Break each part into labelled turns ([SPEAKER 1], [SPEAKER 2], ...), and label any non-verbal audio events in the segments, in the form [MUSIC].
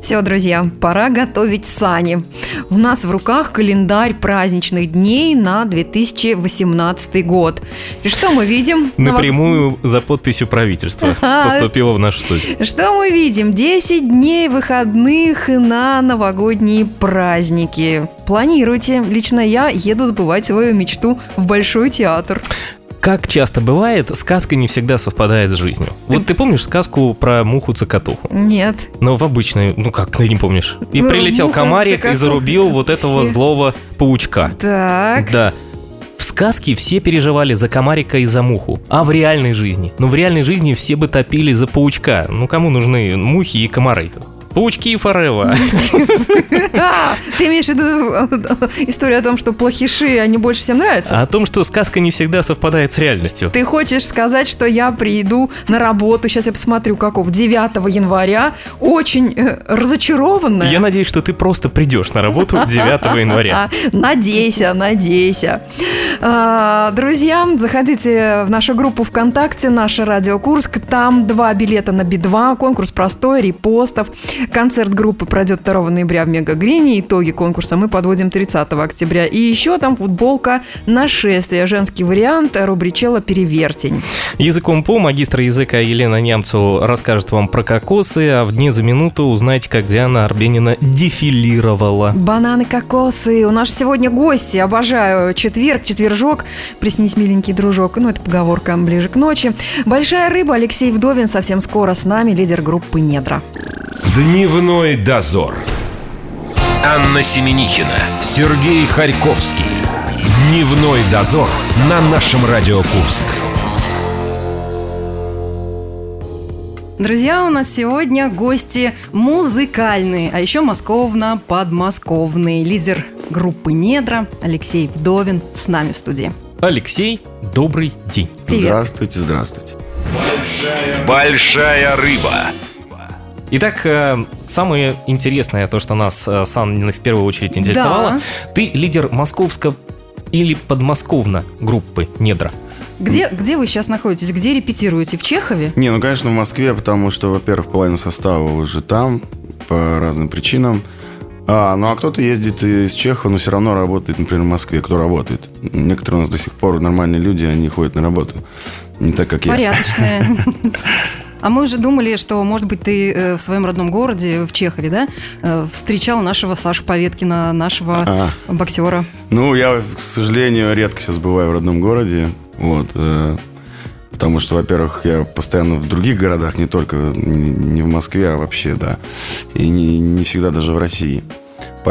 [SPEAKER 1] Все, друзья, пора готовить сани. У нас в руках календарь праздничных дней на 2018 год. И что мы видим?
[SPEAKER 2] Напрямую за подписью правительства
[SPEAKER 1] Ну, [LAUGHS] А.
[SPEAKER 2] поступило в нашу студию.
[SPEAKER 1] Что мы видим? 10 дней выходных на новогодние праздники. Планируйте. Лично я еду сбывать свою мечту в Большой театр.
[SPEAKER 2] Как часто бывает, сказка не всегда совпадает с жизнью. Вот ты помнишь сказку про муху-цокотуху?
[SPEAKER 1] Нет.
[SPEAKER 2] Но в обычной, ну как, ты не помнишь. И
[SPEAKER 1] Ну,
[SPEAKER 2] прилетел
[SPEAKER 1] муха,
[SPEAKER 2] комарик и
[SPEAKER 1] цокотуха.
[SPEAKER 2] зарубил вот этого злого паучка.
[SPEAKER 1] Так.
[SPEAKER 2] [LAUGHS] Да. В сказке все переживали за комарика и за муху, а в реальной жизни. Ну в реальной жизни все бы топили за паучка. Ну кому нужны мухи и комары? Паучки
[SPEAKER 1] [LAUGHS]
[SPEAKER 2] и форева.
[SPEAKER 1] А, ты имеешь в виду э, историю о том, что плохиши, они больше всем нравятся?
[SPEAKER 2] А О том, что сказка не всегда совпадает с реальностью.
[SPEAKER 1] Ты хочешь сказать, что я приду на работу, сейчас я посмотрю, каков, 9 января, очень э, разочарованная?
[SPEAKER 2] Я надеюсь, что ты просто придешь на работу 9 января.
[SPEAKER 1] А, Надейся, надейся. А, Друзья, заходите в нашу группу ВКонтакте, «Наша Радио Курск». Там два билета на Би-2, конкурс простой, репостов. Концерт группы пройдет 2 ноября в Мегагрине. Итоги конкурса мы подводим 30 октября. И еще там футболка «Нашествие», женский вариант, рубричела «Перевертень».
[SPEAKER 2] Языком по магистр языка Елена Нямцу расскажет вам про кокосы, а в дне за минуту узнаете, как Диана Арбенина дефилировала.
[SPEAKER 1] Бананы, кокосы. У нас же сегодня гости. Обожаю четверг, четвержок. Приснись, миленький дружок. Ну, это поговорка ближе к ночи. Большая рыба Алексей Вдовин совсем скоро с нами, лидер группы «Недра».
[SPEAKER 3] Дневной дозор. Анна Семенихина, Сергей Харьковский. Дневной дозор на нашем Радио Курск.
[SPEAKER 4] Друзья, у нас сегодня гости музыкальные, а еще московно-подмосковные. Лидер группы «Недра» Алексей Вдовин с нами в студии.
[SPEAKER 2] Алексей, добрый день.
[SPEAKER 1] Привет.
[SPEAKER 5] Здравствуйте, здравствуйте.
[SPEAKER 3] Большая рыба.
[SPEAKER 2] Итак, э, самое интересное, то, что нас э, Сан в первую очередь интересовало, ты лидер московско или подмосковно группы «Недра».
[SPEAKER 4] Где, где вы сейчас находитесь? Где репетируете? В Чехове?
[SPEAKER 5] Не, ну, конечно, в Москве, потому что, во-первых, половина состава уже там по разным причинам. А, ну, а кто-то ездит из Чехова, но все равно работает, например, в Москве. Кто работает? Некоторые у нас до сих пор нормальные люди, они ходят на работу. Не так, как я.
[SPEAKER 4] Порядочная.
[SPEAKER 5] [LAUGHS]
[SPEAKER 4] А мы уже думали, что, может быть, ты э, в своем родном городе, в Чехове, да, э, встречал нашего Сашу Поветкина, нашего
[SPEAKER 5] А.
[SPEAKER 4] боксера.
[SPEAKER 5] Ну, я, к сожалению, редко сейчас бываю в родном городе. Вот. э, Потому что, во-первых, я постоянно в других городах, не только н- не в Москве, а вообще, да. И не, не всегда даже в России.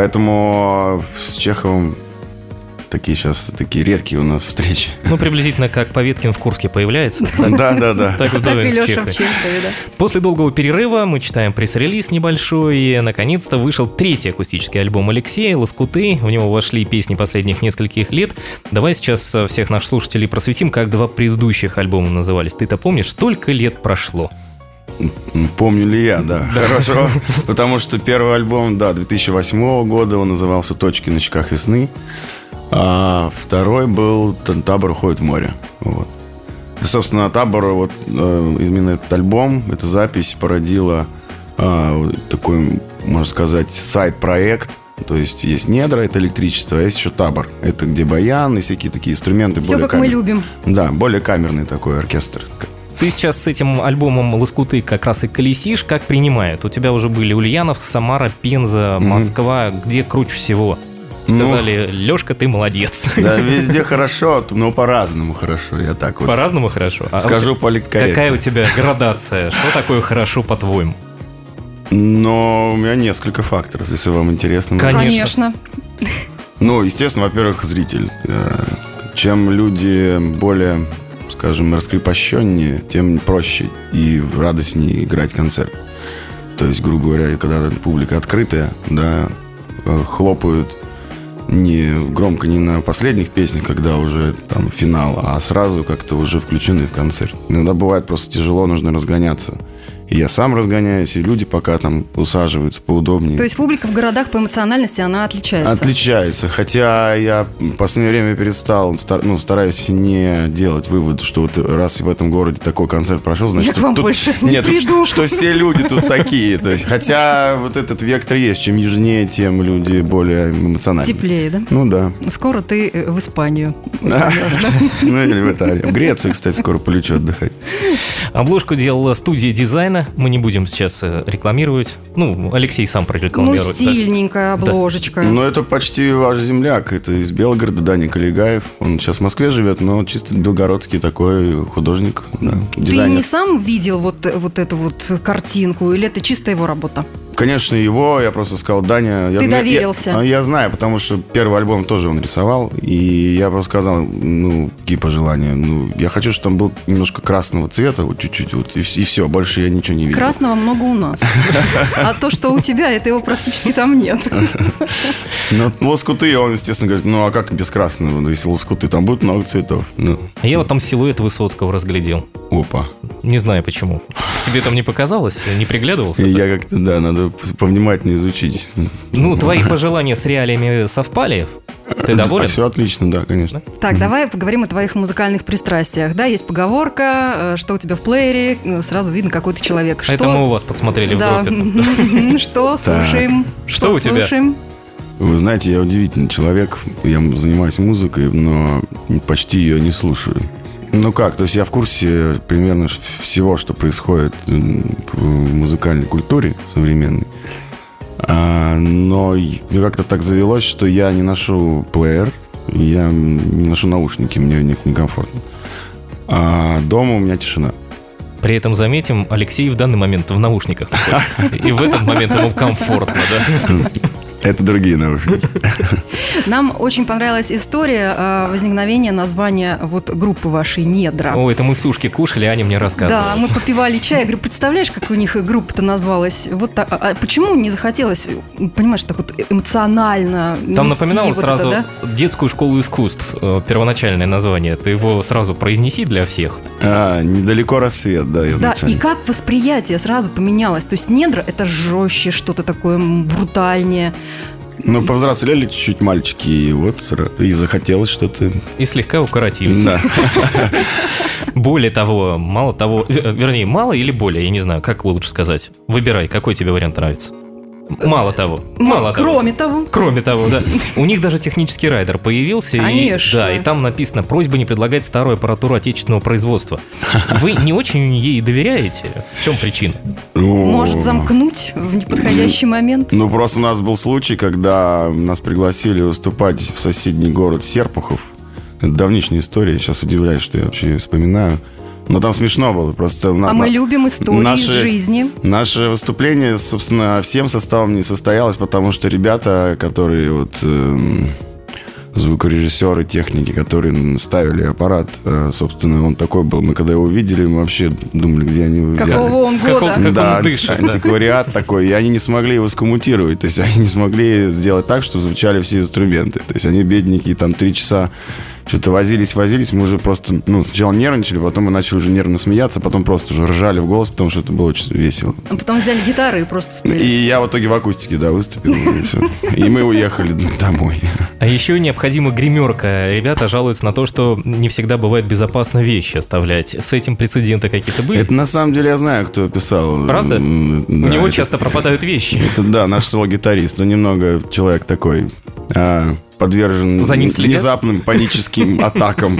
[SPEAKER 5] Поэтому с Чеховым такие сейчас такие редкие у нас встречи.
[SPEAKER 2] Ну, приблизительно как Поветкин в Курске появляется. так-
[SPEAKER 5] Да, да, да.
[SPEAKER 2] Так вот,
[SPEAKER 4] Так
[SPEAKER 2] Вдовин
[SPEAKER 4] и
[SPEAKER 2] в
[SPEAKER 4] Леша
[SPEAKER 2] Чехове.
[SPEAKER 4] в Чехове, да.
[SPEAKER 2] После долгого перерыва мы читаем пресс-релиз небольшой, и наконец-то вышел третий акустический альбом Алексея «Лоскуты». В него вошли песни последних нескольких лет. Давай сейчас э, всех наших слушателей просветим, как два предыдущих альбома назывались. Ты-то помнишь, столько лет прошло.
[SPEAKER 5] Помню ли я, да. Хорошо. Потому что первый альбом, да, 2008 года, он назывался «Точки на щеках весны». А второй был «Тан- «Табор уходит в море». Вот. И, собственно, «Табор», вот э, именно этот альбом, эта запись породила а, вот такой, можно сказать, сайт-проект. То есть есть недра, это электричество, а есть еще табор. Это где баян и всякие такие инструменты.
[SPEAKER 4] Все,
[SPEAKER 5] более
[SPEAKER 4] как мы
[SPEAKER 5] камер-
[SPEAKER 4] любим.
[SPEAKER 5] Да, более камерный такой оркестр.
[SPEAKER 2] Ты сейчас с этим альбомом «Лоскуты» как раз и колесишь, как принимают. У тебя уже были Ульянов, Самара, Пенза,
[SPEAKER 5] Мгм.
[SPEAKER 2] Москва. Где круче всего?
[SPEAKER 5] Ну,
[SPEAKER 2] Сказали, Лешка, ты молодец.
[SPEAKER 5] [LAUGHS] Да, везде хорошо, но по-разному хорошо, я так вот.
[SPEAKER 2] По-разному хорошо. А у тебя- Какая у
[SPEAKER 5] Скажу политкорректно.
[SPEAKER 2] тебя градация? Что такое хорошо, по-твоему?
[SPEAKER 5] Но у меня несколько факторов, если вам интересно.
[SPEAKER 2] Конечно.
[SPEAKER 4] Конечно.
[SPEAKER 5] Ну, естественно, во-первых, зритель. Э, Чем люди более, скажем, раскрепощеннее, тем проще и радостнее играть концерт. То есть, грубо говоря, когда публика открытая, да, э, хлопают не громко не на последних песнях, когда уже там финал, а сразу как-то уже включены в концерт. Иногда бывает просто тяжело, нужно разгоняться. И я сам разгоняюсь, и люди пока там усаживаются поудобнее.
[SPEAKER 1] То есть публика в городах по эмоциональности, она отличается.
[SPEAKER 5] Отличается. Хотя я в последнее время перестал, стар- ну, стараюсь не делать выводы, что вот раз в этом городе такой концерт прошел, значит...
[SPEAKER 1] Я к вам больше не
[SPEAKER 5] нет, тут
[SPEAKER 1] приду.
[SPEAKER 5] [LAUGHS] что все люди тут такие. То есть, хотя вот этот вектор есть. Чем южнее, тем люди более эмоциональны.
[SPEAKER 1] Теплее, да?
[SPEAKER 5] Ну да.
[SPEAKER 1] Скоро ты э, в Испанию.
[SPEAKER 5] Ну или в Италию. В Грецию, кстати, скоро полечу отдыхать.
[SPEAKER 2] Обложку делала студия дизайна. Мы не будем сейчас э, рекламировать. Ну, Алексей сам
[SPEAKER 1] Ну,
[SPEAKER 2] прорекламирует. да.
[SPEAKER 1] стильненькая обложечка.
[SPEAKER 5] Но это почти ваш земляк. Это из Белгорода, Даня Калигаев. Он сейчас в Москве живет, но чисто белгородский такой художник, да,
[SPEAKER 1] Ты
[SPEAKER 5] дизайнер.
[SPEAKER 1] не сам видел вот, э, вот эту вот картинку, или это чисто его работа?
[SPEAKER 5] Конечно, его, я просто сказал, Даня... я-
[SPEAKER 1] Ты
[SPEAKER 5] я- А,
[SPEAKER 1] доверился.
[SPEAKER 5] Я, я знаю, потому что первый альбом тоже он рисовал, и я просто сказал, ну, какие пожелания, ну, я хочу, чтобы там был немножко красного цвета, вот чуть-чуть, вот, и, вс- и все, больше я ничего не видел.
[SPEAKER 1] Красного много у
[SPEAKER 2] [LAUGHS]
[SPEAKER 1] нас. А то, что у тебя, это его практически там нет.
[SPEAKER 5] Но Ну, лоскуты, он, естественно, говорит, ну, а как без красного, Ну, если лоскуты, там будет много цветов. Ну,
[SPEAKER 2] А Я вот там силуэт Высоцкого разглядел.
[SPEAKER 5] опа.
[SPEAKER 2] Не знаю почему. Тебе там не показалось? Не приглядывался?
[SPEAKER 5] И я как-то, да, надо повнимательнее изучить.
[SPEAKER 2] Ну, твои пожелания с реалиями совпали? Ты доволен?
[SPEAKER 5] Все А отлично, да, конечно.
[SPEAKER 1] Так, давай поговорим о твоих музыкальных пристрастиях. Да, есть поговорка, э, что у тебя в плеере, э, сразу видно, какой ты человек. Что...
[SPEAKER 2] Это мы у вас подсмотрели
[SPEAKER 1] Да.
[SPEAKER 2] в группе.
[SPEAKER 1] [LAUGHS] Что слушаем?
[SPEAKER 2] Что у тебя?
[SPEAKER 1] слушаем?
[SPEAKER 5] Вы знаете, я удивительный человек. Я м- занимаюсь музыкой, но почти ее не слушаю. Ну как, то есть я в курсе примерно ш- всего, что происходит м, в музыкальной культуре современной. А, но и- ну, как-то так завелось, что я не ношу плеер, я м, не ношу наушники, мне в них некомфортно. А дома у меня тишина.
[SPEAKER 2] При этом, заметим, Алексей в данный момент в наушниках находится. И в этот момент ему комфортно, да?
[SPEAKER 5] Это другие наушники.
[SPEAKER 1] Нам очень понравилась история э, возникновения названия вот группы вашей «Недра».
[SPEAKER 2] О, это мы сушки кушали, Аня мне
[SPEAKER 1] Да, мы
[SPEAKER 2] рассказывала.
[SPEAKER 1] попивали чай. Я говорю, представляешь, как у них группа-то назвалась? Вот так. А почему не захотелось, понимаешь, так вот эмоционально
[SPEAKER 2] Там
[SPEAKER 1] нести
[SPEAKER 2] напоминало
[SPEAKER 1] вот это,
[SPEAKER 2] сразу
[SPEAKER 1] да?
[SPEAKER 2] детскую школу искусств, э, первоначальное название. Ты его сразу произнеси для всех.
[SPEAKER 5] [LAUGHS] А, недалеко рассвет, да,
[SPEAKER 1] Да, и
[SPEAKER 5] изначально.
[SPEAKER 1] как восприятие сразу поменялось. То есть недра это жестче, что-то такое м, брутальнее.
[SPEAKER 5] Ну, повзрослели чуть-чуть мальчики, и вот сра- и захотелось что-то.
[SPEAKER 2] И слегка укоротились.
[SPEAKER 1] [LAUGHS]
[SPEAKER 5] Да.
[SPEAKER 2] Более того, мало того, ве- вернее, мало или более, я не знаю, как лучше сказать. Выбирай, какой тебе вариант нравится. Мало того. Мало того.
[SPEAKER 1] Ну, Кроме того,
[SPEAKER 2] Кроме того,
[SPEAKER 1] [LAUGHS]
[SPEAKER 2] да. У них даже технический райдер появился. и-
[SPEAKER 1] Конечно.
[SPEAKER 2] да, и там написано «Просьба не предлагать старую аппаратуру отечественного производства». Вы не очень ей доверяете? В чем причина?
[SPEAKER 1] может замкнуть в неподходящий момент.
[SPEAKER 5] Ну, просто у нас был случай, когда нас пригласили выступать в соседний город Серпухов. Это давнишняя история, сейчас удивляюсь, что я вообще ее вспоминаю. Но там смешно было, просто... на-
[SPEAKER 1] А мы
[SPEAKER 5] на-
[SPEAKER 1] любим истории из
[SPEAKER 5] наши-
[SPEAKER 1] жизни.
[SPEAKER 5] Наше выступление, собственно, всем составом не состоялось, потому что ребята, которые вот эм, звукорежиссеры, техники, которые ставили аппарат, э, собственно, он такой был. Мы когда его увидели, мы вообще думали, где они его взяли.
[SPEAKER 1] Какого он
[SPEAKER 2] Какого- А
[SPEAKER 1] года?
[SPEAKER 2] как
[SPEAKER 5] Да,
[SPEAKER 2] он дышит, да.
[SPEAKER 5] антиквариат такой, и они не смогли его скоммутировать, то есть они не смогли сделать так, чтобы звучали все инструменты, то есть они, бедники, там три часа что-то возились, возились, мы уже просто, ну, сначала нервничали, потом мы начали уже нервно смеяться, потом просто уже ржали в голос, потому что это было очень весело.
[SPEAKER 1] А Потом взяли гитары и просто
[SPEAKER 5] И
[SPEAKER 1] спели.
[SPEAKER 5] я в итоге в акустике, да, выступил, и всё. И мы уехали домой.
[SPEAKER 2] А еще необходима гримерка. Ребята жалуются на то, что не всегда бывает безопасно вещи оставлять. С этим прецеденты какие-то были?
[SPEAKER 5] Это на самом деле я знаю, кто писал.
[SPEAKER 2] Правда?
[SPEAKER 5] М,
[SPEAKER 2] У
[SPEAKER 5] да,
[SPEAKER 2] него
[SPEAKER 5] это-
[SPEAKER 2] часто пропадают
[SPEAKER 5] [LAUGHS]
[SPEAKER 2] вещи.
[SPEAKER 5] Это да, наш соло-гитарист. Он немного человек такой а, подвержен
[SPEAKER 2] За ним следят? [LAUGHS]
[SPEAKER 5] внезапным паническим атакам.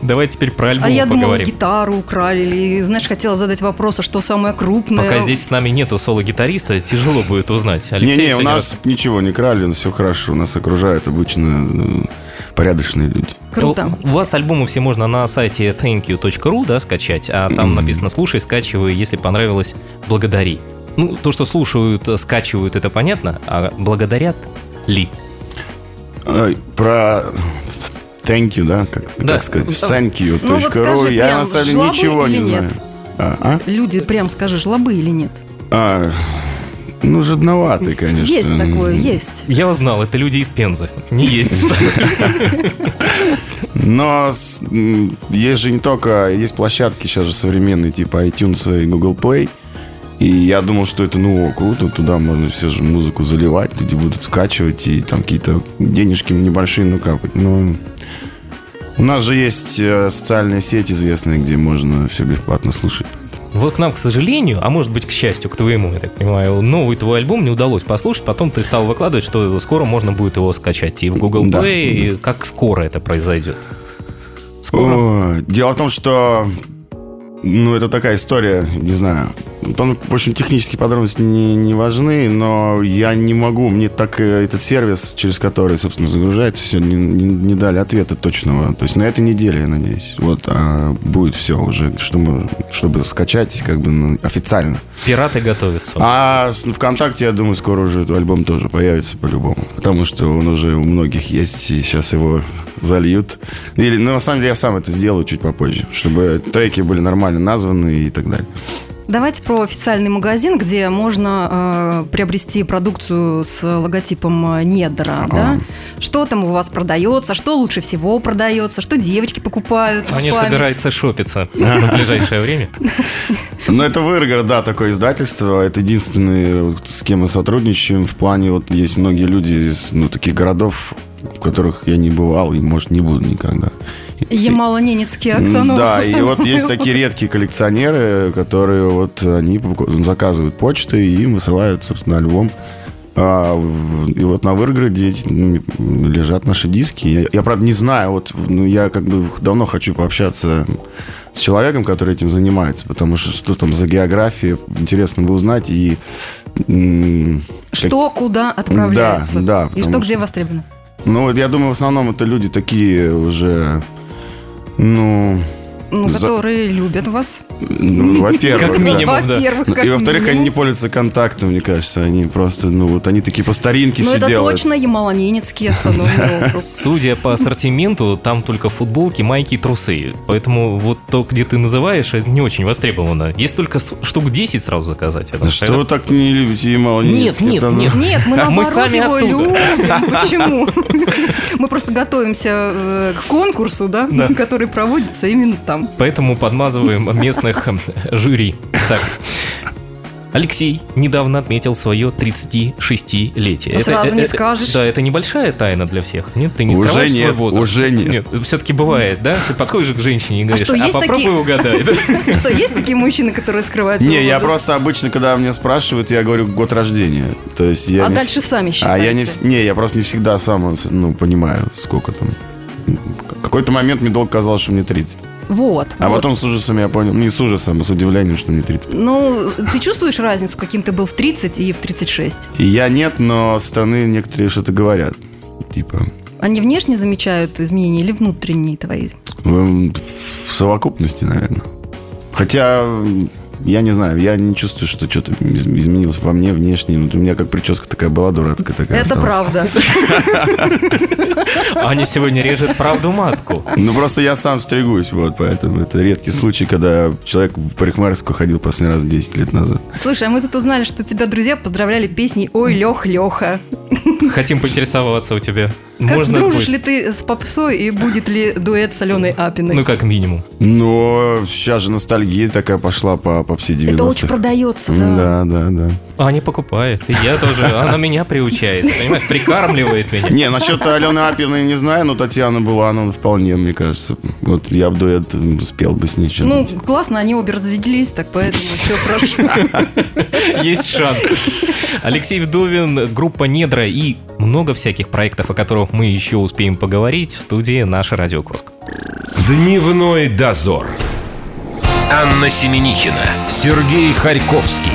[SPEAKER 2] Давай теперь про альбом
[SPEAKER 1] А я думала,
[SPEAKER 2] поговорим.
[SPEAKER 1] гитару украли. Или, знаешь, хотела задать вопрос, а что самое крупное?
[SPEAKER 2] Пока здесь с нами нету соло-гитариста, тяжело будет узнать. Алексей
[SPEAKER 5] Не-не, у
[SPEAKER 2] сегодня
[SPEAKER 5] нас ничего не крали, все хорошо. Нас окружают обычно э, порядочные люди.
[SPEAKER 1] Круто.
[SPEAKER 2] Ну, У вас альбомы все можно на сайте thankyou.ru, да, скачать, а там написано «слушай, скачивай, если понравилось, благодари». Ну, то, что слушают, э, скачивают, это понятно, а благодарят ли?
[SPEAKER 5] Ай, Про с- thank you, да? Как,
[SPEAKER 2] Да.
[SPEAKER 5] как сказать?
[SPEAKER 2] Ну,
[SPEAKER 5] Thank you.
[SPEAKER 1] ну, вот
[SPEAKER 5] точка ру.
[SPEAKER 1] скажи
[SPEAKER 5] Я
[SPEAKER 1] прям,
[SPEAKER 5] на самом деле
[SPEAKER 1] жлобы
[SPEAKER 5] ничего не
[SPEAKER 1] или
[SPEAKER 5] знаю.
[SPEAKER 1] нет?
[SPEAKER 5] А, а?
[SPEAKER 1] Люди, прям скажи, жлобы или нет?
[SPEAKER 5] А, ну, жадноватый, конечно.
[SPEAKER 1] Есть такое, есть.
[SPEAKER 2] Я узнал, это люди из Пензы, не есть.
[SPEAKER 5] Но с- м, есть же не только... Есть площадки сейчас же современные, типа iTunes и Google Play. И я думал, что это, ну, о, круто, туда можно все же музыку заливать, люди будут скачивать и там какие-то денежки небольшие, ну, капать. Но у нас же есть э, социальная сеть известная, где можно все бесплатно слушать.
[SPEAKER 2] Вот к нам, к сожалению, а может быть, к счастью, к твоему, я так понимаю, новый твой альбом не удалось послушать. Потом ты стал выкладывать, что скоро можно будет его скачать и в Google
[SPEAKER 5] Да.
[SPEAKER 2] Play. И как скоро это произойдет? Скоро?
[SPEAKER 5] О, Дело в том, что ну, это такая история, не знаю. Там, в общем, технические подробности не, не важны, но я не могу. Мне так э, этот сервис, через который, собственно, загружается, все, не, не- не дали ответа точного. То есть на этой неделе, я надеюсь, вот а, будет все уже, чтобы, чтобы скачать как бы ну, официально.
[SPEAKER 2] Пираты готовятся.
[SPEAKER 5] А с- ВКонтакте, я думаю, скоро уже этот альбом тоже появится по-любому. Потому что он уже у многих есть, и сейчас его зальют. Или, ну, на самом деле, я сам это сделаю чуть попозже, чтобы треки были нормально названы и так далее.
[SPEAKER 1] Давайте про официальный магазин, где можно э, приобрести продукцию с логотипом э, недра. Да? Что там у вас продается, что лучше всего продается, что девочки покупают. в
[SPEAKER 2] Они
[SPEAKER 1] память.
[SPEAKER 2] собираются шопиться в ближайшее время.
[SPEAKER 5] Но это Выргород, да, такое издательство. Это единственное, вот, с кем мы сотрудничаем. В плане, вот есть многие люди из ну, таких городов, в которых я не бывал и, может, не буду никогда.
[SPEAKER 1] Ямало-Ненецкий октанов.
[SPEAKER 5] Да, и вот есть такие редкие коллекционеры, которые вот они покупают- заказывают почты и им высылают, собственно, альбом. А, в- и вот на Выргороде эти, ну, м, лежат наши диски. Я, я, правда, не знаю, вот ну, я как бы давно хочу пообщаться с человеком, который этим занимается, потому что что там за география, интересно бы узнать и... м,
[SPEAKER 1] Что куда отправляется.
[SPEAKER 5] Да, да,
[SPEAKER 1] И что
[SPEAKER 5] потому
[SPEAKER 1] где
[SPEAKER 5] что-
[SPEAKER 1] востребовано.
[SPEAKER 5] Ну, вот я думаю, в основном это люди такие уже... Ну,
[SPEAKER 1] Ну,
[SPEAKER 5] За-
[SPEAKER 1] которые любят вас.
[SPEAKER 5] ну, во-первых,
[SPEAKER 2] Как
[SPEAKER 5] да.
[SPEAKER 2] минимум. да.
[SPEAKER 1] Во-первых,
[SPEAKER 5] Ну,
[SPEAKER 1] как
[SPEAKER 5] и во-вторых,
[SPEAKER 1] минимум.
[SPEAKER 5] они не пользуются контактом, мне кажется. Они просто, ну вот они такие по старинке
[SPEAKER 1] Ну,
[SPEAKER 5] все
[SPEAKER 1] это
[SPEAKER 5] делают.
[SPEAKER 1] точно Ямало-Ненецкий
[SPEAKER 5] [LAUGHS]
[SPEAKER 1] автономный округ.
[SPEAKER 2] Судя по ассортименту, там только футболки, майки и трусы. Поэтому вот то, где ты называешь, это не очень востребовано. Есть только с- штук 10 сразу заказать. я
[SPEAKER 5] Да
[SPEAKER 2] думаю,
[SPEAKER 5] что
[SPEAKER 2] тогда-
[SPEAKER 5] вы так не любите мало
[SPEAKER 2] Нет, нет, нет.
[SPEAKER 1] Нет, мы наоборот
[SPEAKER 2] А Мы сами
[SPEAKER 1] его
[SPEAKER 2] оттуда.
[SPEAKER 1] любим. Почему? Мы просто готовимся э, к конкурсу, да,
[SPEAKER 2] Да.
[SPEAKER 1] который проводится именно там.
[SPEAKER 2] Поэтому подмазываем местных эм, жюри. Так. Алексей недавно отметил свое 36-летие.
[SPEAKER 1] Ну, сразу не скажешь.
[SPEAKER 2] э, Да, это небольшая тайна для всех. Нет, ты не
[SPEAKER 5] Уже
[SPEAKER 2] скрываешь свой
[SPEAKER 5] нет,
[SPEAKER 2] возраст.
[SPEAKER 5] уже нет.
[SPEAKER 2] все-таки бывает, да? Ты подходишь к женщине и говоришь,
[SPEAKER 1] что,
[SPEAKER 2] а,
[SPEAKER 1] есть
[SPEAKER 2] попробуй
[SPEAKER 1] такие?»
[SPEAKER 2] угадай. [LAUGHS] Да.
[SPEAKER 1] Что, есть такие мужчины, которые скрывают?
[SPEAKER 5] Не,
[SPEAKER 1] свой
[SPEAKER 5] я
[SPEAKER 1] возраст?
[SPEAKER 5] просто обычно, когда меня спрашивают, я говорю год рождения. То есть я
[SPEAKER 1] А
[SPEAKER 5] не с-
[SPEAKER 1] дальше сами
[SPEAKER 5] А
[SPEAKER 1] считаете.
[SPEAKER 5] я не, вс- не, я просто не всегда сам ну, понимаю, сколько там. В какой-то момент мне долго казалось, что мне 30.
[SPEAKER 1] Вот.
[SPEAKER 5] А
[SPEAKER 1] вот.
[SPEAKER 5] потом с ужасом я понял, не с ужасом, а с удивлением, что мне 30.
[SPEAKER 1] Ну, ты чувствуешь разницу, каким ты был в 30 и в 36?
[SPEAKER 5] И я нет, но со стороны некоторые что-то говорят. Типа,
[SPEAKER 1] Они внешне замечают изменения или внутренние твои?
[SPEAKER 5] Эм, В совокупности, наверное. Хотя, м, я не знаю, я не чувствую, что что-то из- изменилось во мне внешне. Вот У меня как прическа такая была дурацкая такая
[SPEAKER 1] Это
[SPEAKER 5] осталась.
[SPEAKER 1] правда.
[SPEAKER 2] Аня сегодня режет правду матку.
[SPEAKER 5] Ну, просто я сам стригусь, вот, поэтому это редкий случай, когда человек в парикмахерскую ходил последний раз 10 лет назад.
[SPEAKER 1] Слушай, а мы тут узнали, что тебя друзья поздравляли песней «Ой, Лех, Леха».
[SPEAKER 2] Хотим поинтересоваться у тебя.
[SPEAKER 1] Как
[SPEAKER 2] Можно
[SPEAKER 1] дружишь
[SPEAKER 2] будет?
[SPEAKER 1] ли ты с попсой и будет ли дуэт с Аленой Апиной?
[SPEAKER 2] Ну, как минимум.
[SPEAKER 5] Но сейчас же ностальгия такая пошла по попсе 90-х.
[SPEAKER 1] Это очень продается, да.
[SPEAKER 5] М, Да, да, да.
[SPEAKER 2] Аня покупает, и я тоже. Она меня приучает, понимаешь, прикармливает меня.
[SPEAKER 5] Не, насчет Алены Апиной не знаю, но Татьяна Буланова вполне, мне кажется. Вот я бы дуэт м, спел бы с ней
[SPEAKER 1] Ну,
[SPEAKER 5] что-нибудь.
[SPEAKER 1] классно, они обе развелись, так поэтому все хорошо.
[SPEAKER 2] Есть шанс. Алексей Вдовин, группа «Недра» и много всяких проектов, о которых мы еще успеем поговорить в студии «Наша Радио Курск».
[SPEAKER 3] Дневной дозор. Анна Семенихина, Сергей Харьковский.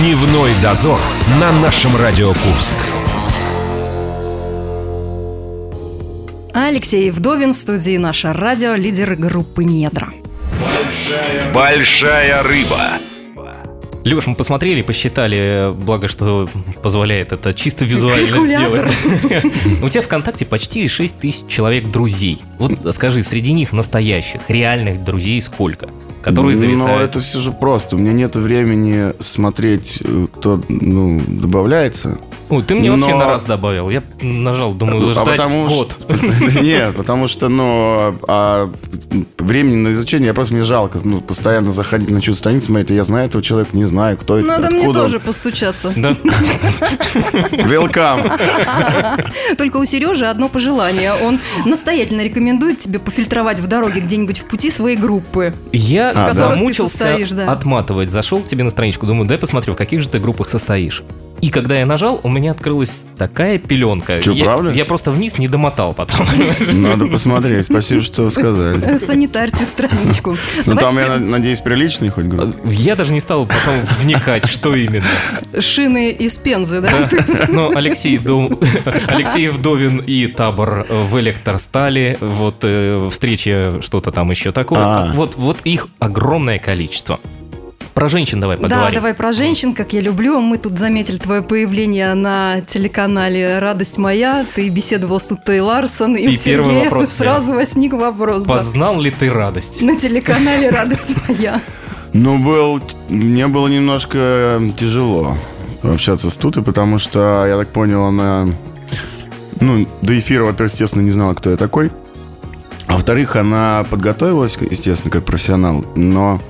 [SPEAKER 3] Дневной дозор на нашем Радио Курск.
[SPEAKER 1] Алексей Вдовин в студии «Наше радио», лидер группы «Недра».
[SPEAKER 3] Большая рыба.
[SPEAKER 2] Леш, мы посмотрели, посчитали, благо, что позволяет это чисто визуально
[SPEAKER 1] Калькулятор.
[SPEAKER 2] сделать. У тебя ВКонтакте почти 6 тысяч человек друзей. Вот скажи, среди них настоящих, реальных друзей сколько? который
[SPEAKER 5] Но
[SPEAKER 2] зависает.
[SPEAKER 5] Ну, это все же просто. У меня нет времени смотреть, э, кто ну, добавляется.
[SPEAKER 2] Ой, ты мне вообще
[SPEAKER 5] но-
[SPEAKER 2] на раз добавил. Я нажал, думаю,
[SPEAKER 5] А
[SPEAKER 2] Ну, ждать
[SPEAKER 5] потому
[SPEAKER 2] год.
[SPEAKER 5] что- [LAUGHS] Нет, потому что, ну, а времени на изучение, я просто мне жалко, ну, постоянно заходить на чью-то страницу, смотреть, я знаю этого человека, не знаю, кто это,
[SPEAKER 1] Надо мне
[SPEAKER 5] откуда он.
[SPEAKER 1] тоже постучаться.
[SPEAKER 2] Да.
[SPEAKER 5] Welcome.
[SPEAKER 1] Только у Сережи одно пожелание. Он настоятельно рекомендует тебе пофильтровать в дороге где-нибудь в пути свои группы.
[SPEAKER 2] Я
[SPEAKER 5] А, да.
[SPEAKER 1] В которых ты
[SPEAKER 2] замучился
[SPEAKER 1] состоишь, да.
[SPEAKER 2] отматывать. Зашел к тебе на страничку, думаю, дай посмотрю, в каких же ты группах состоишь. И когда я нажал, у меня открылась такая пеленка.
[SPEAKER 5] Чё,
[SPEAKER 2] я,
[SPEAKER 5] правда?
[SPEAKER 2] Я просто вниз не домотал потом. [LAUGHS]
[SPEAKER 5] Надо посмотреть, спасибо,
[SPEAKER 1] [LAUGHS]
[SPEAKER 5] что сказали.
[SPEAKER 1] Санитарьте страничку.
[SPEAKER 5] Ну,
[SPEAKER 1] Давайте
[SPEAKER 5] там, я на- надеюсь, приличный хоть группа.
[SPEAKER 2] Я даже не стал потом вникать, что именно.
[SPEAKER 1] Шины из пензы, да?
[SPEAKER 2] Но Алексей, Дом... [LAUGHS] Алексей Вдовин и Табор в электростале, вот э, встреча, что-то там еще такое.
[SPEAKER 5] А.
[SPEAKER 2] Вот, вот их огромное количество. Про женщин давай
[SPEAKER 1] Да,
[SPEAKER 2] поговорим.
[SPEAKER 1] давай про женщин, как я люблю. Мы тут заметили твое появление на телеканале «Радость моя». Ты беседовал с Уттой Ларсон. И,
[SPEAKER 2] И
[SPEAKER 1] у Сергея
[SPEAKER 2] первый вопрос
[SPEAKER 1] сразу возник вопрос. да.
[SPEAKER 2] Познал ли ты радость?
[SPEAKER 1] На телеканале «Радость моя».
[SPEAKER 5] Ну, был, мне было немножко тяжело общаться с Тутой, потому что, я так понял, она... Ну, до эфира, во-первых, естественно, не знала, кто я такой. А во-вторых, она подготовилась, естественно, как профессионал, но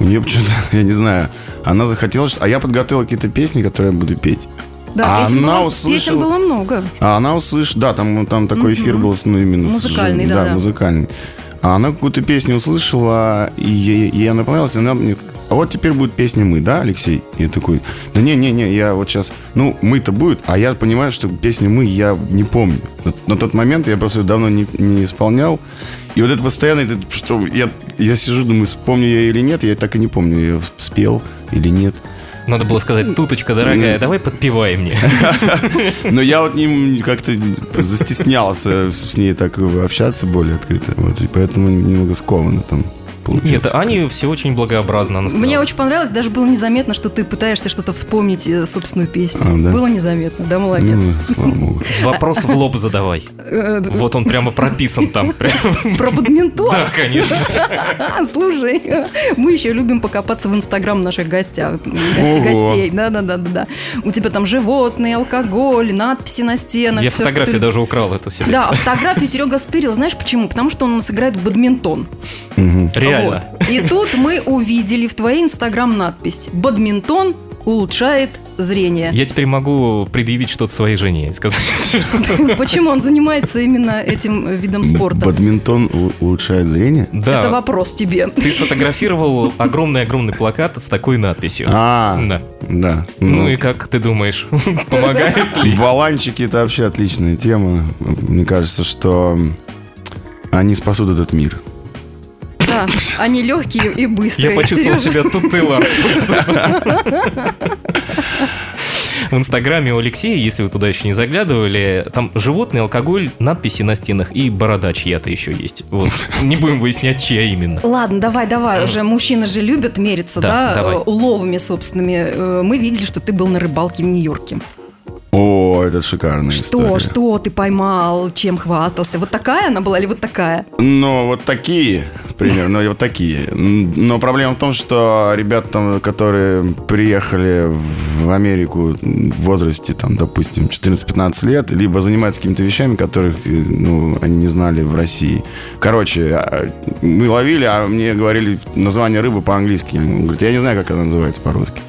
[SPEAKER 5] у нее почему-то, [LAUGHS] я не знаю, она захотела... что- А я подготовил какие-то песни, которые я буду петь.
[SPEAKER 1] Да,
[SPEAKER 5] А
[SPEAKER 1] песен
[SPEAKER 5] она
[SPEAKER 1] было-
[SPEAKER 5] услышала-
[SPEAKER 1] Песен было много.
[SPEAKER 5] А она услышала, да, там, там такой эфир был, ну, именно с
[SPEAKER 1] Музыкальный,
[SPEAKER 5] жен-
[SPEAKER 1] да, да.
[SPEAKER 5] музыкальный. А она какую-то песню услышала, и ей, ей она понравилась, и она мне, а вот теперь будет песня «Мы», да, Алексей? Я такой, да не-не-не, я вот сейчас, ну, «Мы»-то будет, а я понимаю, что песню «Мы» я не помню. На, на тот момент я просто её давно не, не исполнял, и вот это постоянно, это, что я, я сижу, думаю, вспомню я или нет, я так и не помню, я её спел или нет.
[SPEAKER 2] Надо было сказать, туточка дорогая, давай подпевай мне.
[SPEAKER 5] Но я вот ним как-то застеснялся с ней так общаться более открыто. Вот, и поэтому немного сковано там получилось.
[SPEAKER 2] Нет, Ане все очень благообразно. Она сказала.
[SPEAKER 1] Мне очень понравилось, даже было незаметно, что ты пытаешься что-то вспомнить э, собственную песню.
[SPEAKER 5] А, да?
[SPEAKER 1] Было незаметно, да, молодец.
[SPEAKER 5] Ну,
[SPEAKER 2] а [LAUGHS]
[SPEAKER 5] слава богу.
[SPEAKER 2] Вопрос в лоб задавай.
[SPEAKER 1] [LAUGHS] Э, д-
[SPEAKER 2] Вот он прямо
[SPEAKER 1] [LAUGHS]
[SPEAKER 2] прописан там. прям.
[SPEAKER 1] Про бадминтон.
[SPEAKER 2] Да, конечно.
[SPEAKER 1] [LAUGHS] Слушай, мы еще любим покопаться в инстаграм наших гостя, гостей.
[SPEAKER 5] Ого.
[SPEAKER 1] гостей. Да, да, да, да, да. У тебя там животные, алкоголь, надписи на стенах.
[SPEAKER 2] Я
[SPEAKER 1] всё, что
[SPEAKER 2] фотографию
[SPEAKER 1] ты-
[SPEAKER 2] даже украл эту себе.
[SPEAKER 1] Да, а фотографию Серега стырил. Знаешь почему? Потому что он у нас играет в бадминтон.
[SPEAKER 2] Реально.
[SPEAKER 1] Вот. И тут мы увидели в твоей инстаграм надпись «Бадминтон улучшает зрение».
[SPEAKER 2] Я теперь могу предъявить что-то своей жене и сказать.
[SPEAKER 1] Почему он занимается именно этим видом спорта?
[SPEAKER 5] Бадминтон у- улучшает зрение?
[SPEAKER 1] [LAUGHS] Это
[SPEAKER 2] Да,
[SPEAKER 1] вопрос тебе.
[SPEAKER 2] ты сфотографировал огромный-огромный плакат с такой надписью.
[SPEAKER 5] А,
[SPEAKER 2] Да.
[SPEAKER 5] да.
[SPEAKER 2] Ну и как ты думаешь, [LAUGHS] помогает ли?
[SPEAKER 5] Валанчики это вообще отличная тема. Мне кажется, что они спасут этот мир.
[SPEAKER 1] Да, они легкие и быстрые.
[SPEAKER 2] Я почувствовал
[SPEAKER 1] Сережа,
[SPEAKER 2] себя тут и Ларс. В инстаграме у Алексея, если вы туда еще не заглядывали, там животные, алкоголь, надписи на стенах и борода чья-то еще есть. Вот. Не будем выяснять, чья именно.
[SPEAKER 1] Ладно, давай, давай, уже мужчины же любят мериться,
[SPEAKER 2] Э. Да,
[SPEAKER 1] да,
[SPEAKER 2] давай.
[SPEAKER 1] э, уловами собственными. Э, Мы видели, что ты был на рыбалке в Нью-Йорке.
[SPEAKER 5] О, это шикарная
[SPEAKER 1] Что,
[SPEAKER 5] история.
[SPEAKER 1] что ты поймал, чем хвастался? Вот такая она была или вот такая?
[SPEAKER 5] Ну, вот такие, примерно, ну, вот такие. М, Но проблема в том, что ребята, там, которые приехали в Америку в возрасте, там, допустим, 14-15 лет, либо занимаются какими-то вещами, которых э, ну, они не знали в России. Короче, а, мы ловили, а мне говорили название рыбы по-английски. Он говорит, я не знаю, как она называется по-русски.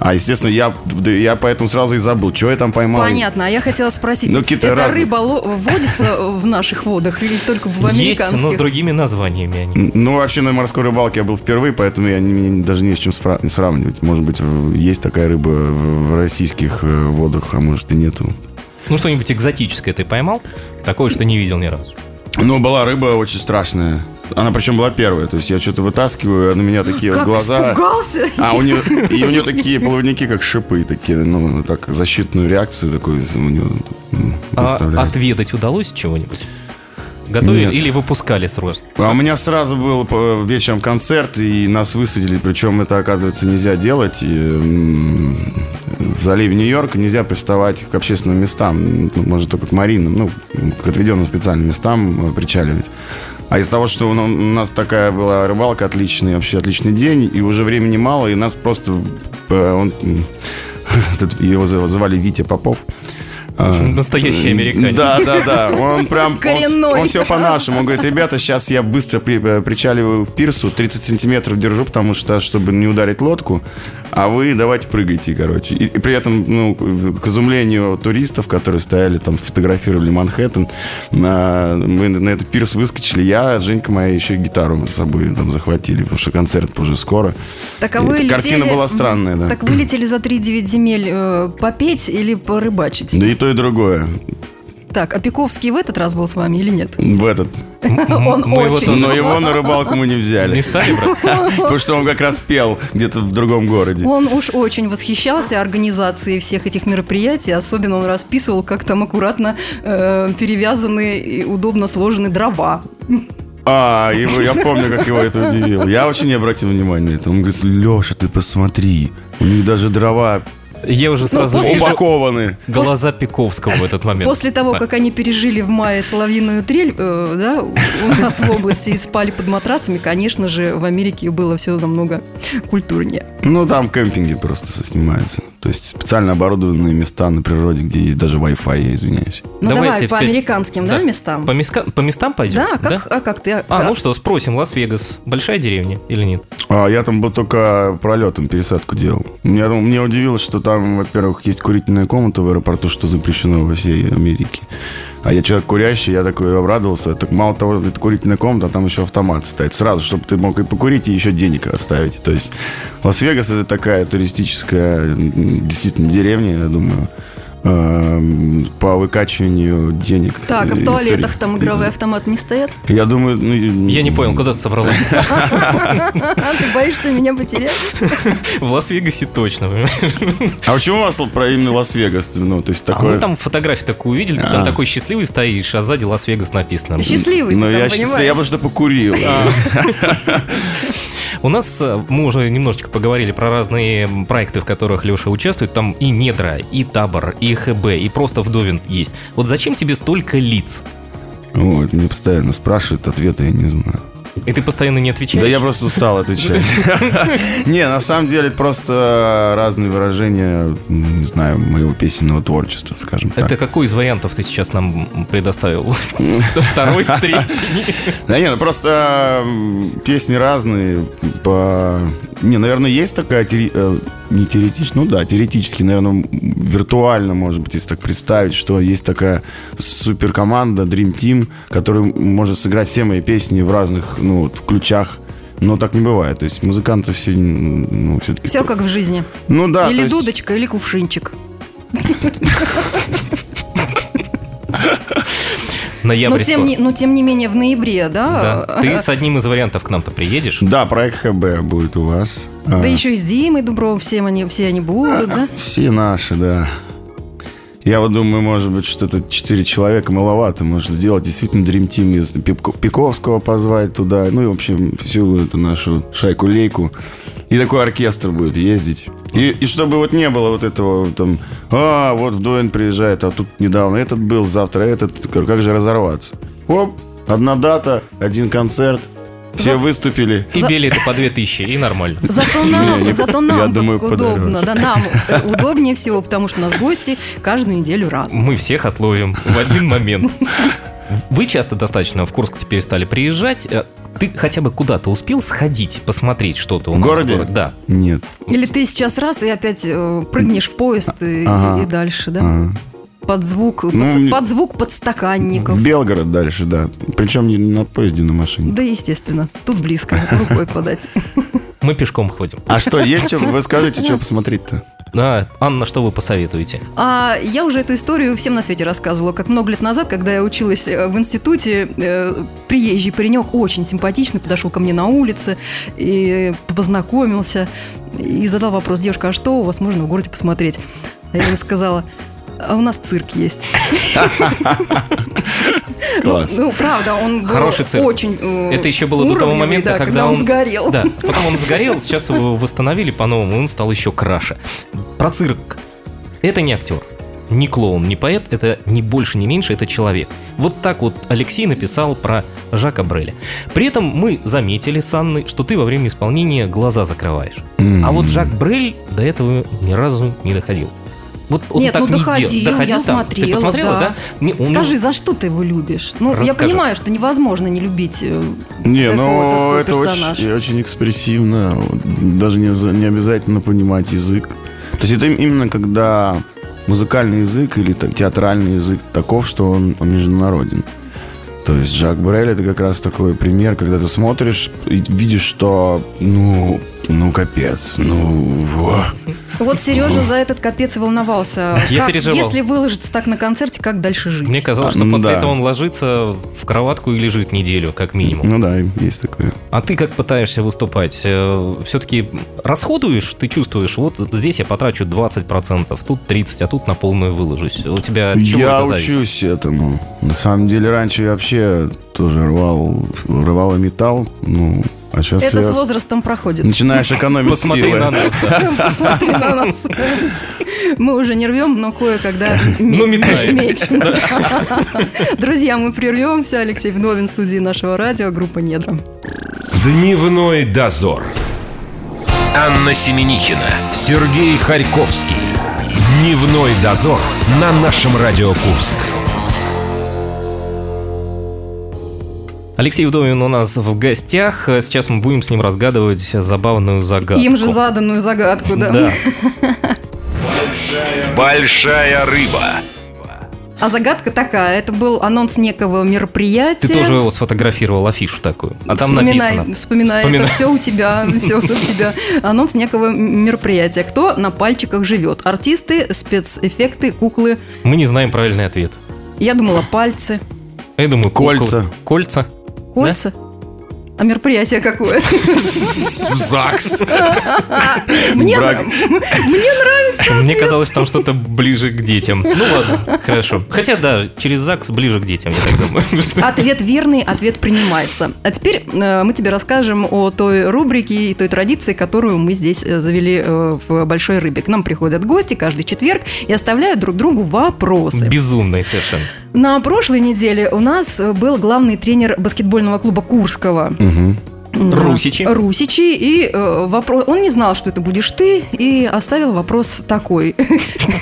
[SPEAKER 5] А, естественно, я, да я поэтому сразу и забыл, что я там поймал.
[SPEAKER 1] Понятно, а я хотела спросить,
[SPEAKER 5] Ну, какие-то
[SPEAKER 1] эта
[SPEAKER 5] разные.
[SPEAKER 1] рыба ло- водится в наших водах или только в
[SPEAKER 2] Есть, но с
[SPEAKER 1] американских?
[SPEAKER 2] другими названиями они.
[SPEAKER 5] Ну, вообще на морской рыбалке я был впервые, поэтому я не- мне даже не с чем спра- сравнивать. Может быть, в- есть такая рыба в в российских э, водах, а может и нету.
[SPEAKER 2] Ну, что-нибудь экзотическое ты поймал? Такое, что не видел ни разу.
[SPEAKER 5] Но была рыба очень страшная. Она причем была первая. То есть я что-то вытаскиваю, а на меня такие
[SPEAKER 1] Как
[SPEAKER 5] глаза.
[SPEAKER 1] испугался?
[SPEAKER 5] А у нее, и у нее такие плавники, как шипы, такие, ну, так, защитную реакцию такую у нее м,
[SPEAKER 2] А
[SPEAKER 5] выставляют.
[SPEAKER 2] отведать удалось чего-нибудь? Готовили
[SPEAKER 5] Нет.
[SPEAKER 2] или выпускали сразу?
[SPEAKER 5] А у меня сразу был э, вечером концерт, и нас высадили, причем это, оказывается, нельзя делать. и, м, в заливе Нью-Йорка нельзя приставать к общественным местам, ну, можно только к маринам, ну, к отведенным специальным местам э, причаливать. А А из-за того, что у на- у нас такая была рыбалка, отличный, вообще отличный день, и уже времени мало, и нас просто... э, он, [LAUGHS] м, тут его зав- звали Витя Попов. А,
[SPEAKER 2] Настоящий американец.
[SPEAKER 5] Да, да, да. Он прям... Он,
[SPEAKER 1] Коренной.
[SPEAKER 5] все по-нашему. Он говорит, ребята, сейчас я быстро при- э, причаливаю к пирсу, 30 сантиметров держу, потому что, чтобы не ударить лодку, а вы давайте прыгайте, короче. И, и при этом, ну, к к изумлению туристов, которые стояли там, фотографировали Манхэттен, на- мы на этот пирс выскочили. Я, Женька моя, еще и гитару с собой там захватили, потому что концерт уже скоро.
[SPEAKER 1] Так, а
[SPEAKER 5] И
[SPEAKER 1] вы
[SPEAKER 5] эта Картина
[SPEAKER 1] летели-
[SPEAKER 5] была странная, да.
[SPEAKER 1] Так вы летели за 3-9 земель э, попеть или порыбачить?
[SPEAKER 5] Да и то, и другое.
[SPEAKER 1] Так, а Пиковский в этот раз был с вами или нет?
[SPEAKER 5] В этот.
[SPEAKER 1] Он
[SPEAKER 2] мы его
[SPEAKER 1] очень.
[SPEAKER 2] тоже
[SPEAKER 5] Но его на рыбалку мы не взяли.
[SPEAKER 2] Не стали брать?
[SPEAKER 5] Потому что он как раз пел где-то в другом городе.
[SPEAKER 1] Он уж очень восхищался организацией всех этих мероприятий, особенно он расписывал, как там аккуратно э, перевязаны и удобно сложены дрова.
[SPEAKER 5] А, его, я помню, как его это удивило. Я вообще не обратил внимания на это. Он говорит, Леша, ты посмотри. У них даже дрова
[SPEAKER 2] Я уже сразу
[SPEAKER 1] после-
[SPEAKER 2] вижу
[SPEAKER 5] упакованы.
[SPEAKER 2] глаза Пиковского в этот момент.
[SPEAKER 1] После того,
[SPEAKER 2] Да.
[SPEAKER 1] как они пережили в мае соловьиную трель, э, да, у у нас в области и спали под матрасами, конечно же, в Америке было все намного культурнее.
[SPEAKER 5] Ну, там кемпинги просто снимаются. То есть специально оборудованные места на природе, где есть даже Wi-Fi, я извиняюсь.
[SPEAKER 1] Ну
[SPEAKER 2] Давайте
[SPEAKER 1] давай по
[SPEAKER 2] теперь-
[SPEAKER 1] американским, да, местам?
[SPEAKER 2] По, миска- по местам пойдем?
[SPEAKER 1] Да, как, а как ты?
[SPEAKER 2] А, ну что, спросим, Лас-Вегас большая деревня или нет?
[SPEAKER 5] А я там был только пролетом, пересадку делал. Меня, меня удивило, что там, во-первых, есть курительная комната в аэропорту, что запрещено во всей Америке. А я человек курящий, я такой обрадовался. Так мало того, это курительная комната, а там еще автомат стоит. Сразу, чтобы ты мог и покурить, и еще денег оставить. То есть Лас-Вегас это такая туристическая м, действительно деревня, я думаю. эм, По выкачиванию денег.
[SPEAKER 1] Так, а
[SPEAKER 5] э,
[SPEAKER 1] в
[SPEAKER 5] из
[SPEAKER 1] туалетах
[SPEAKER 5] тури-
[SPEAKER 1] там игровые автоматы не стоят? [LAUGHS]
[SPEAKER 5] Я думаю... ну,
[SPEAKER 2] Я не понял, куда ты собралась?
[SPEAKER 5] [LAUGHS]
[SPEAKER 1] А, ты боишься меня потерять?
[SPEAKER 2] В Лас-Вегасе точно, понимаешь?
[SPEAKER 5] А почему у вас про именно Лас-Вегас? Ну, то есть
[SPEAKER 2] А
[SPEAKER 5] такое...
[SPEAKER 2] мы там фотографию такую увидели, ты там
[SPEAKER 5] А.
[SPEAKER 2] такой счастливый стоишь, а сзади Лас-Вегас написано.
[SPEAKER 1] Счастливый, ты
[SPEAKER 5] Ну,
[SPEAKER 1] там,
[SPEAKER 5] я
[SPEAKER 1] понимаешь? А.
[SPEAKER 5] сейчас, я просто покурил.
[SPEAKER 2] У нас, э, мы уже немножечко поговорили про разные проекты, в которых Леша участвует. Там и Недра, и Табор, и ХБ, и просто Вдовин есть. Вот зачем тебе столько лиц?
[SPEAKER 5] Вот, мне постоянно спрашивают, ответа я не знаю.
[SPEAKER 2] И ты постоянно не отвечаешь?
[SPEAKER 5] Да я просто
[SPEAKER 1] [LAUGHS]
[SPEAKER 5] устал отвечать. Не, на самом деле просто разные выражения, м, не знаю, моего песенного творчества, скажем
[SPEAKER 2] Это
[SPEAKER 5] так.
[SPEAKER 2] какой из вариантов ты сейчас нам предоставил? [LAUGHS] Второй, третий?
[SPEAKER 5] Да не, ну просто м, песни разные. По... Не, наверное, есть такая... теори- э, Не теоретически, ну да, теоретически, наверное, виртуально, может быть, если так представить, что есть такая суперкоманда, Dream Team, которая может сыграть все мои песни в разных, ну, вот, ключах. Но так не бывает. То есть музыканты все, м, ну, все-таки...
[SPEAKER 1] Все как в жизни.
[SPEAKER 5] Ну да,
[SPEAKER 1] или
[SPEAKER 5] то есть-
[SPEAKER 1] дудочка, или кувшинчик. Но
[SPEAKER 2] [LAUGHS] Ноябрь
[SPEAKER 1] Ну, тем,
[SPEAKER 2] скоро.
[SPEAKER 1] не, но тем не менее в ноябре, да?
[SPEAKER 2] Да. Ты с одним из вариантов к нам-то приедешь?
[SPEAKER 5] Да, проект ХБ будет у вас. А,
[SPEAKER 1] [LAUGHS] Да еще и с Димой Дубровым всем они, все они будут, да?
[SPEAKER 5] Все наши, да. Я вот думаю, может быть, что-то четыре человека маловато. Может, сделать действительно Dream Team из Пипко- Пиковского позвать туда. Ну и, в общем, всю эту нашу шайку-лейку. И такой оркестр будет ездить. И, и чтобы вот не было вот этого там, а, вот Вдовин приезжает, а тут недавно этот был, завтра этот. Говорю, Как же разорваться? Оп, одна дата, один концерт, все выступили.
[SPEAKER 2] И
[SPEAKER 1] За-
[SPEAKER 2] билеты по 2000, и нормально.
[SPEAKER 1] Зато
[SPEAKER 5] [LAUGHS]
[SPEAKER 1] нам,
[SPEAKER 5] Не, не,
[SPEAKER 1] зато
[SPEAKER 5] я
[SPEAKER 1] нам
[SPEAKER 5] думаю,
[SPEAKER 1] так удобно.
[SPEAKER 5] подороже.
[SPEAKER 1] Да, нам э, удобнее всего, потому что у нас гости каждую неделю раз.
[SPEAKER 2] Мы всех отловим в один момент. Вы часто достаточно в Курск теперь стали приезжать. Э, Ты хотя бы куда-то успел сходить, посмотреть что-то? у
[SPEAKER 5] В
[SPEAKER 2] нас
[SPEAKER 5] городе?
[SPEAKER 2] городе? Да.
[SPEAKER 5] Нет.
[SPEAKER 1] Или ты сейчас раз и опять э, прыгнешь в поезд и,
[SPEAKER 5] Ага.
[SPEAKER 1] и дальше, да?
[SPEAKER 5] Ага.
[SPEAKER 1] Под звук, под,
[SPEAKER 5] Ну, мне-
[SPEAKER 1] под звук подстаканников.
[SPEAKER 5] В Белгород дальше, да. Причем не на поезде, на машине.
[SPEAKER 1] Да, естественно. Тут близко, рукой подать.
[SPEAKER 2] Мы пешком ходим.
[SPEAKER 5] А что, есть что? Вы скажите, что посмотреть-то?
[SPEAKER 2] Да, Анна, что вы посоветуете?
[SPEAKER 1] А я уже эту историю всем на свете рассказывала. Как много лет назад, когда я училась э, в институте, э, приезжий паренек очень симпатичный подошел ко мне на улице и познакомился и задал вопрос, девушка, а что у вас можно в городе посмотреть? А я ему сказала, а у нас цирк есть.
[SPEAKER 5] Класс.
[SPEAKER 1] Ну, правда, он был
[SPEAKER 2] Хороший цирк.
[SPEAKER 1] очень э,
[SPEAKER 2] Это еще было до того
[SPEAKER 1] уровневый,
[SPEAKER 2] момента,
[SPEAKER 1] да,
[SPEAKER 2] когда,
[SPEAKER 1] он сгорел.
[SPEAKER 2] Да, потом он сгорел, сейчас его восстановили по-новому, и он стал еще краше. Про цирк. Это не актер. не клоун, не поэт, это не больше, не меньше, это человек. Вот так вот Алексей написал про Жака Бреля. При этом мы заметили с Анной, что ты во время исполнения глаза закрываешь. А вот Жак Брель до этого ни разу не доходил. Вот он
[SPEAKER 1] Нет,
[SPEAKER 2] так
[SPEAKER 1] ну
[SPEAKER 2] не делал.
[SPEAKER 1] доходил, я
[SPEAKER 2] Доходил там.
[SPEAKER 1] смотрела,
[SPEAKER 2] Ты посмотрела,
[SPEAKER 1] да.
[SPEAKER 2] да? Не, он-
[SPEAKER 1] Скажи, за что ты его любишь? Ну, я
[SPEAKER 2] Расскажи.
[SPEAKER 1] понимаю, что невозможно не любить э,
[SPEAKER 5] Не,
[SPEAKER 1] такого-
[SPEAKER 5] ну
[SPEAKER 1] такой
[SPEAKER 5] это
[SPEAKER 1] персонаж.
[SPEAKER 5] очень, очень экспрессивно, вот, даже не, за- не обязательно понимать язык. То есть это им- именно когда музыкальный язык или та- театральный язык таков, что он, он международен. То есть Жак Брель это как раз такой пример, когда ты смотришь и видишь, что ну, ну капец, ну во.
[SPEAKER 1] Вот Сережа за этот капец и волновался.
[SPEAKER 2] Я
[SPEAKER 1] Как,
[SPEAKER 2] переживал.
[SPEAKER 1] Если выложиться так на концерте, как дальше жить?
[SPEAKER 2] Мне казалось, что
[SPEAKER 5] А,
[SPEAKER 2] после
[SPEAKER 5] да.
[SPEAKER 2] этого он ложится в кроватку и лежит неделю, как минимум.
[SPEAKER 5] Ну да, есть такое.
[SPEAKER 2] А ты как пытаешься выступать? Все-таки расходуешь, ты чувствуешь, вот здесь я потрачу 20%, тут 30%, а тут на полную выложусь. У тебя от чего
[SPEAKER 5] я
[SPEAKER 2] это зависит?
[SPEAKER 5] учусь этому. На самом деле раньше я вообще тоже рвал, рвал и металл. Ну, а сейчас
[SPEAKER 1] Это
[SPEAKER 5] я
[SPEAKER 1] с возрастом проходит.
[SPEAKER 5] начинаешь экономить
[SPEAKER 2] Посмотри
[SPEAKER 5] силы.
[SPEAKER 2] на нас, да.
[SPEAKER 1] Посмотри на нас. Мы уже не рвем, но кое-когда
[SPEAKER 2] Ну,
[SPEAKER 1] ме-
[SPEAKER 2] метаем.
[SPEAKER 1] мечем. Друзья, мы прервемся. Алексей Вновин в студии нашего радио, группа «Недра».
[SPEAKER 3] Дневной дозор. Анна Семенихина, Сергей Харьковский. Дневной дозор на нашем Радио Курск.
[SPEAKER 2] Алексей Вдовин у нас в гостях. Сейчас мы будем с ним разгадывать забавную загадку.
[SPEAKER 1] Им же заданную загадку, да. [LAUGHS]
[SPEAKER 2] Да.
[SPEAKER 3] Большая рыба.
[SPEAKER 1] А загадка такая. Это был анонс некого мероприятия.
[SPEAKER 2] Ты тоже его сфотографировал афишу такую. А там
[SPEAKER 1] Вспоминай,
[SPEAKER 2] написано.
[SPEAKER 1] Вспоминай,
[SPEAKER 2] Вспоминай.
[SPEAKER 1] это все у
[SPEAKER 2] [LAUGHS]
[SPEAKER 1] тебя, все у тебя. Анонс некого мероприятия. Кто на пальчиках живет? Артисты, спецэффекты, куклы.
[SPEAKER 2] Мы не знаем правильный ответ.
[SPEAKER 1] Я думала, пальцы,
[SPEAKER 2] Я думаю, кукол-
[SPEAKER 5] Кольца.
[SPEAKER 2] Кольца.
[SPEAKER 1] кольца. А мероприятие
[SPEAKER 2] [LAUGHS]
[SPEAKER 1] какое?
[SPEAKER 5] ЗАГС.
[SPEAKER 1] Мне,
[SPEAKER 5] Брак.
[SPEAKER 1] мне нравится.
[SPEAKER 2] Мне казалось, там что-то ближе к детям. Ну
[SPEAKER 1] [LAUGHS]
[SPEAKER 2] ладно, хорошо. Хотя да, через ЗАГС ближе к детям, я так думаю.
[SPEAKER 1] [LAUGHS] Ответ верный, ответ принимается. А теперь э, мы тебе расскажем о той рубрике и той традиции, которую мы здесь э, завели э, в «Большой рыбе». К нам приходят гости каждый четверг и оставляют друг другу вопросы.
[SPEAKER 2] Безумный совершенно.
[SPEAKER 1] На прошлой неделе у нас э, был главный тренер баскетбольного клуба Курского.
[SPEAKER 2] Русичи.
[SPEAKER 1] Русичи. И вопрос... он не знал, что это будешь ты, и оставил вопрос такой.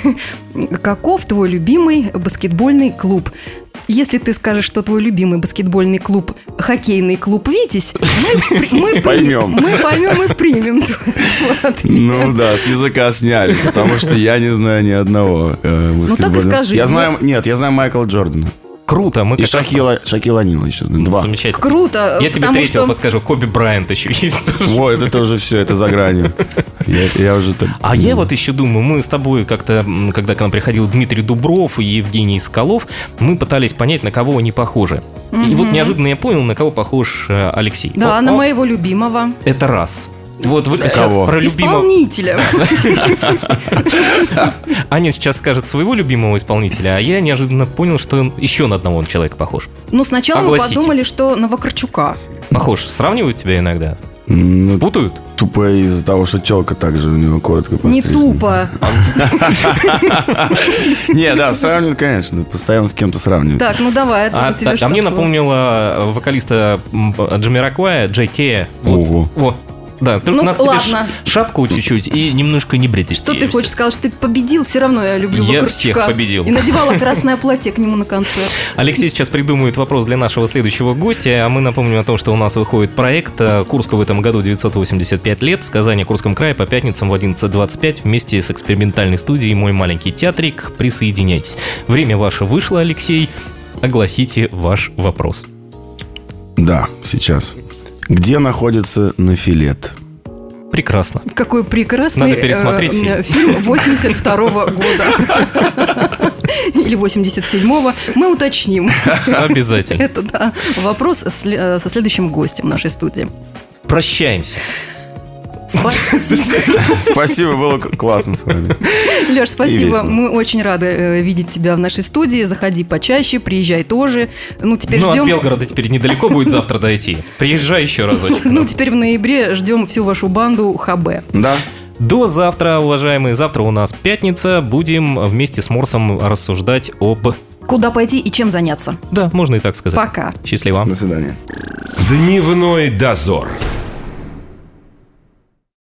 [SPEAKER 1] [LAUGHS] Каков твой любимый баскетбольный клуб? Если ты скажешь, что твой любимый баскетбольный клуб – хоккейный клуб «Витязь»,
[SPEAKER 2] [LAUGHS]
[SPEAKER 1] мы, при- мы при-
[SPEAKER 5] Поймем.
[SPEAKER 1] Мы поймем и примем. твой ответ.
[SPEAKER 5] Ну да, с языка сняли, потому что я не знаю ни одного э, баскетбольного-
[SPEAKER 1] Ну, скажи.
[SPEAKER 5] Я знаю, нет, я знаю Майкла Джордана.
[SPEAKER 2] Круто, мы
[SPEAKER 5] И
[SPEAKER 2] как раз-
[SPEAKER 5] Шакила, Шакила Нила еще знаю. Два.
[SPEAKER 2] Замечательно.
[SPEAKER 1] Круто.
[SPEAKER 2] Я тебе
[SPEAKER 1] потому
[SPEAKER 2] третьего
[SPEAKER 1] что-
[SPEAKER 2] подскажу. Коби Брайант еще есть тоже.
[SPEAKER 5] Вот, это уже все, это за гранью. Я, я уже так...
[SPEAKER 2] А я вот еще думаю, мы с тобой как-то, м, когда к нам приходил Дмитрий Дубров и Евгений Скалов, мы пытались понять, на кого они похожи. И вот неожиданно я понял, на кого похож э, Алексей.
[SPEAKER 1] Да,
[SPEAKER 2] Вот
[SPEAKER 1] на
[SPEAKER 2] он-
[SPEAKER 1] моего любимого.
[SPEAKER 2] Это раз. Вот вы сейчас
[SPEAKER 5] Кого?
[SPEAKER 2] про любимого...
[SPEAKER 1] Исполнителя.
[SPEAKER 2] Аня сейчас скажет своего любимого исполнителя, а я неожиданно понял, что он- еще на одного он человека похож.
[SPEAKER 1] Ну, сначала мы
[SPEAKER 2] Огласите.
[SPEAKER 1] подумали, что на Вакарчука.
[SPEAKER 2] Похож. Сравнивают тебя иногда?
[SPEAKER 5] Ну,
[SPEAKER 2] Путают?
[SPEAKER 5] тупо из-за того, что челка также у него коротко
[SPEAKER 1] Не
[SPEAKER 5] пострижена.
[SPEAKER 1] тупо.
[SPEAKER 5] Не, да, сравнивают, конечно. Постоянно с кем-то сравнивают.
[SPEAKER 1] Так, ну давай, это
[SPEAKER 2] А,
[SPEAKER 1] тебе
[SPEAKER 2] а
[SPEAKER 1] что
[SPEAKER 2] мне
[SPEAKER 1] такое?
[SPEAKER 2] напомнила э, вокалиста м, э, Джамиракуая, Джей Кея. Вот.
[SPEAKER 5] Ого.
[SPEAKER 2] Во. Да, только
[SPEAKER 1] Ну,
[SPEAKER 2] надо тебе
[SPEAKER 1] ладно.
[SPEAKER 2] ш- шапку чуть-чуть и немножко не бритость.
[SPEAKER 1] Что ты хочешь сказать, что ты победил? Все равно я люблю
[SPEAKER 2] Я
[SPEAKER 1] Вакарчука.
[SPEAKER 2] всех победил.
[SPEAKER 1] И надевала красное платье к нему на концерт.
[SPEAKER 2] Алексей сейчас придумает вопрос для нашего следующего гостя, а мы напомним о том, что у нас выходит проект э, «Курску в этом году 985 лет. Сказание о Курском крае по пятницам в 11.25 вместе с экспериментальной студией «Мой маленький театрик». Присоединяйтесь. Время ваше вышло, Алексей. Огласите ваш вопрос.
[SPEAKER 5] Да, сейчас. Где находится нафилет?
[SPEAKER 2] Прекрасно.
[SPEAKER 1] Какой прекрасный
[SPEAKER 2] Надо пересмотреть
[SPEAKER 1] э, э, фильм 82 года. Или 87-го. Мы уточним.
[SPEAKER 2] Обязательно.
[SPEAKER 1] Это да, вопрос с ле- э, со следующим гостем нашей студии.
[SPEAKER 2] Прощаемся.
[SPEAKER 1] Спасибо.
[SPEAKER 5] [LAUGHS] Спасибо, было к- классно с вами.
[SPEAKER 1] Леш, спасибо.
[SPEAKER 5] весело.
[SPEAKER 1] Мы очень рады э, видеть тебя в нашей студии. Заходи почаще, приезжай тоже. Ну, теперь
[SPEAKER 2] Ну, от
[SPEAKER 1] ждем.
[SPEAKER 2] Белгорода теперь недалеко будет завтра дойти. Приезжай еще разочек. Ну,
[SPEAKER 1] Ну, теперь в ноябре ждем всю вашу банду ХБ.
[SPEAKER 5] Да?
[SPEAKER 2] До завтра, уважаемые. Завтра у нас пятница. Будем вместе с Морсом рассуждать об...
[SPEAKER 1] Куда пойти и чем заняться?
[SPEAKER 2] Да, можно и так сказать.
[SPEAKER 1] Пока.
[SPEAKER 2] Счастливо.
[SPEAKER 5] До свидания.
[SPEAKER 3] Дневной дозор.